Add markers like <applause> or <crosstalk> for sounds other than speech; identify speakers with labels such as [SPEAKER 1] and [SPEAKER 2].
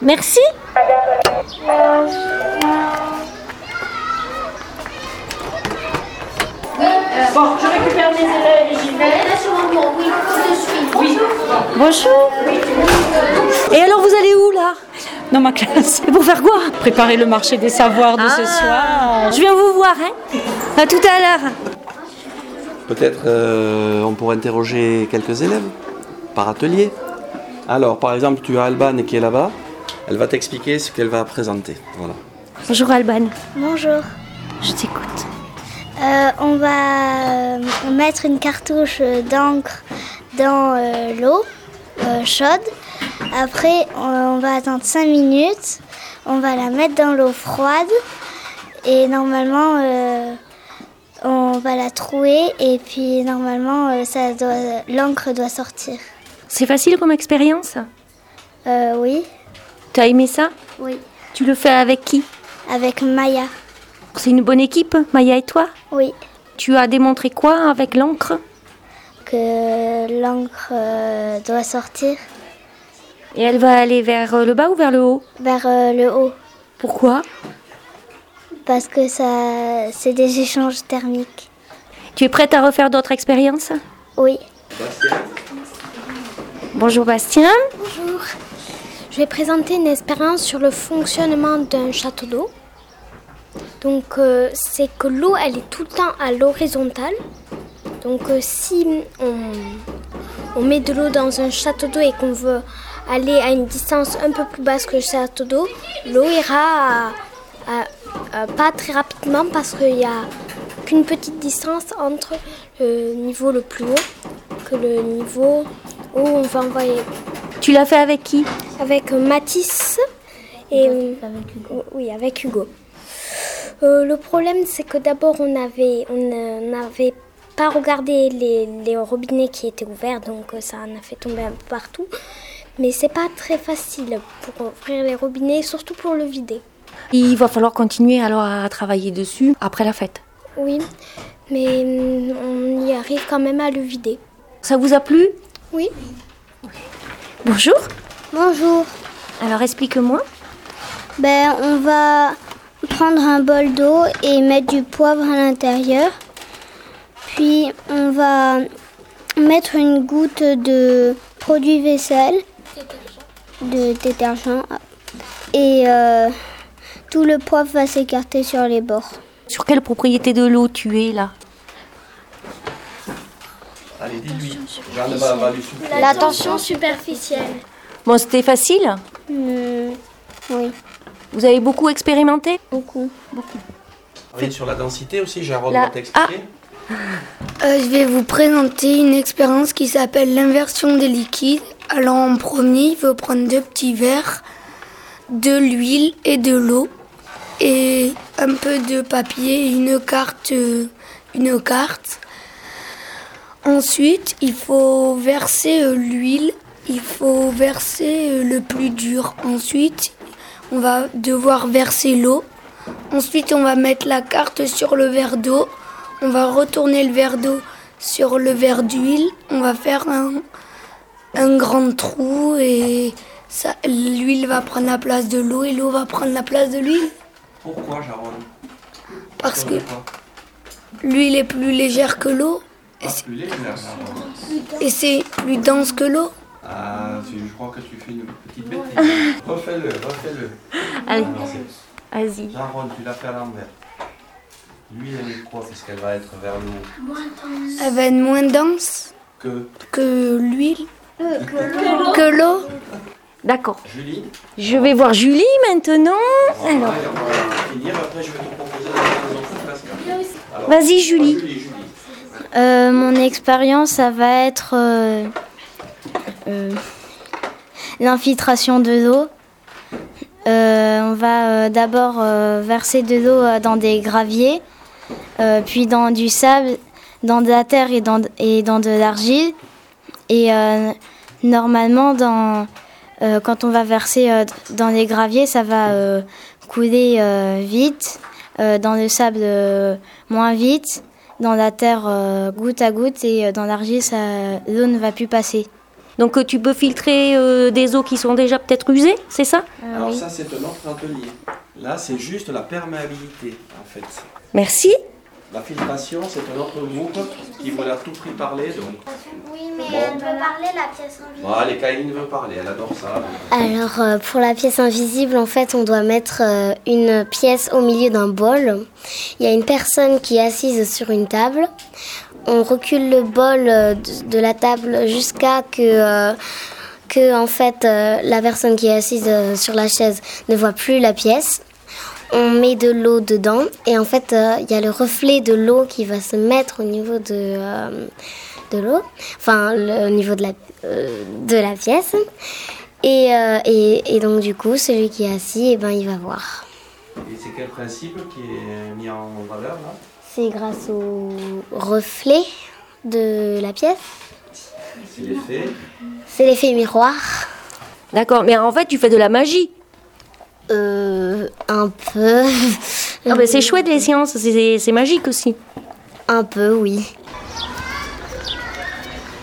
[SPEAKER 1] Merci.
[SPEAKER 2] Bon, je récupère mes élèves et j'y vais. Oui,
[SPEAKER 1] Bonjour. Et alors, vous allez où là
[SPEAKER 2] dans ma classe.
[SPEAKER 1] Et pour faire quoi Ah.
[SPEAKER 2] Préparer le marché des savoirs de ce soir.
[SPEAKER 1] Je viens vous voir, hein À tout à l'heure.
[SPEAKER 3] Peut-être euh, on pourrait interroger quelques élèves par atelier. Alors, par exemple, tu as Alban qui est là-bas. Elle va t'expliquer ce qu'elle va présenter. Voilà.
[SPEAKER 1] Bonjour, Alban.
[SPEAKER 4] Bonjour.
[SPEAKER 1] Je t'écoute.
[SPEAKER 4] Euh, on va euh, mettre une cartouche d'encre dans euh, l'eau euh, chaude. Après, on, on va attendre 5 minutes. On va la mettre dans l'eau froide. Et normalement, euh, on va la trouer. Et puis, normalement, euh, ça doit- l'encre doit sortir.
[SPEAKER 1] C'est facile comme expérience
[SPEAKER 4] Euh, oui.
[SPEAKER 1] T'as aimé ça
[SPEAKER 4] Oui.
[SPEAKER 1] Tu le fais avec qui
[SPEAKER 4] Avec Maya.
[SPEAKER 1] C'est une bonne équipe, Maya et toi
[SPEAKER 4] Oui.
[SPEAKER 1] Tu as démontré quoi avec l'encre
[SPEAKER 4] Que l'encre euh, doit sortir
[SPEAKER 1] Et elle va aller vers euh, le bas ou vers le haut
[SPEAKER 4] vers euh, le haut.
[SPEAKER 1] Pourquoi
[SPEAKER 4] Parce que ça, c'est des échanges thermiques.
[SPEAKER 1] Tu es prête à refaire d'autres expériences
[SPEAKER 4] Oui.
[SPEAKER 1] Bonjour Bastien.
[SPEAKER 5] Bonjour. Je vais présenter une expérience sur le fonctionnement d'un château d'eau. Donc, euh, c'est que l'eau, elle est tout le temps à l'horizontale. Donc, euh, si on, on met de l'eau dans un château d'eau et qu'on veut aller à une distance un peu plus basse que le château d'eau, l'eau ira à- à- à- pas très rapidement parce qu'il n'y a qu'une petite distance entre le niveau le plus haut que le niveau où on va envoyer
[SPEAKER 1] Tu l'as fait avec qui
[SPEAKER 5] avec euh, Matisse et avec Hugo. oui avec Hugo. Euh, le problème c'est que d'abord on avait on euh, n'avait pas regardé les, les robinets qui étaient ouverts donc euh, ça en a fait tomber un peu partout. Mais c'est pas très facile pour ouvrir les robinets surtout pour le vider.
[SPEAKER 1] Il va falloir continuer alors à travailler dessus après la fête.
[SPEAKER 5] Oui, mais hum, on y arrive quand même à le vider.
[SPEAKER 1] Ça vous a plu
[SPEAKER 5] Oui.
[SPEAKER 1] Bonjour.
[SPEAKER 4] Bonjour.
[SPEAKER 1] Alors explique-moi.
[SPEAKER 4] Ben, on va prendre un bol d'eau et mettre du poivre à l'intérieur. Puis on va mettre une goutte de produit vaisselle, de détergent. Et euh, tout le poivre va s'écarter sur les bords.
[SPEAKER 1] Sur quelle propriété de l'eau tu es là
[SPEAKER 3] Allez, dis-lui. Jeanne va, va lui souffler.
[SPEAKER 5] La tension superficielle.
[SPEAKER 1] Bon, c'était facile
[SPEAKER 4] Hmm, oui,
[SPEAKER 1] Vous avez beaucoup expérimenté
[SPEAKER 4] beaucoup.
[SPEAKER 3] Reviens sur la densité aussi, Jarod
[SPEAKER 1] La-
[SPEAKER 3] va t'expliquer.
[SPEAKER 6] Euh, je vais vous présenter une expérience qui s'appelle l'inversion des liquides. Alors en premier, il faut prendre deux petits verres, de l'huile et de l'eau, et un peu de papier et une carte. euh, Une carte. Ensuite, il faut verser euh, l'huile, il faut verser euh, le plus dur. Ensuite, on va devoir verser l'eau. Ensuite, on va mettre la carte sur le verre d'eau. On va retourner le verre d'eau sur le verre d'huile. On va faire un, un grand trou et ça- l'huile va prendre la place de l'eau et l'eau va prendre la place de l'huile.
[SPEAKER 3] Pourquoi, Jarod
[SPEAKER 6] Parce que
[SPEAKER 3] Pourquoi
[SPEAKER 6] l'huile est plus légère que l'eau
[SPEAKER 3] Ah, plus léger, là, Jarod.
[SPEAKER 6] et c'est plus dense que l'eau.
[SPEAKER 3] Ah, tu- je crois que tu fais une petite bêtise.
[SPEAKER 6] Ah.
[SPEAKER 3] refais-le, refais-le.
[SPEAKER 1] Allez,
[SPEAKER 3] Ah, non, c'est-
[SPEAKER 1] vas-y.
[SPEAKER 3] Jarod, tu l'as fait à l'envers. Lui, elle est quoi Parce qu'elle va être vers le haut.
[SPEAKER 6] Elle va être moins dense
[SPEAKER 3] Que
[SPEAKER 6] que l'huile, que l'eau.
[SPEAKER 1] D'accord.
[SPEAKER 3] Julie
[SPEAKER 1] Je vais voir Julie maintenant. Alors,
[SPEAKER 3] Allez, on va finir. Après, je vais te proposer de faire des enfants, Pascal. Alors,
[SPEAKER 1] vas-y Julie.
[SPEAKER 3] Julie, Julie.
[SPEAKER 4] Euh, mon expérience, ça va être euh, euh, l'infiltration de l'eau. Euh, on va euh, d'abord euh, verser de l'eau euh, dans des graviers, euh, puis dans du sable, dans de la terre et dans, et dans de l'argile. Et euh, normalement, dans, euh, quand on va verser euh, dans les graviers, ça va euh, couler euh, vite, euh, dans le sable euh, moins vite dans la terre euh, goutte à goutte et euh, dans l'argile, ça- l'eau ne va plus passer.
[SPEAKER 1] Donc euh, tu peux filtrer euh, des eaux qui sont déjà peut-être usées, c'est ça
[SPEAKER 3] Alors ça, c'est un autre atelier. Là, c'est juste la perméabilité, en fait.
[SPEAKER 1] Merci.
[SPEAKER 3] La filtration, c'est un autre groupe qui voulait à tout prix parler. Donc. Bah,
[SPEAKER 5] Oui, mais
[SPEAKER 3] elle
[SPEAKER 5] peut parler, la pièce invisible.
[SPEAKER 3] Bon, allez, Kaline veut parler, elle adore ça.
[SPEAKER 4] Alors, euh, pour la pièce invisible, en fait, on doit mettre euh, une pièce au milieu d'un bol. Il y a une personne qui est assise sur une table. On recule le bol euh, de, de la table jusqu'à que, euh, que en fait, euh, la personne qui est assise euh, sur la chaise ne voit plus la pièce. On met de l'eau dedans et en fait, euh, il y a le reflet de l'eau qui va se mettre au niveau de, euh, de l'eau, enfin, le- au niveau de la, euh, de la pièce. Et, euh, et, et donc du coup, celui qui est assis, eh ben, il va voir.
[SPEAKER 3] Et c'est quel principe qui est mis en valeur là
[SPEAKER 4] C'est grâce au reflet de la pièce.
[SPEAKER 3] C'est l'effet.
[SPEAKER 4] C'est l'effet miroir.
[SPEAKER 1] D'accord, mais en fait tu fais de la magie.
[SPEAKER 4] Euh, un peu. <laughs>
[SPEAKER 1] Ah ben, c'est chouette les sciences, c'est- c'est c'est magique aussi.
[SPEAKER 4] Un peu, oui.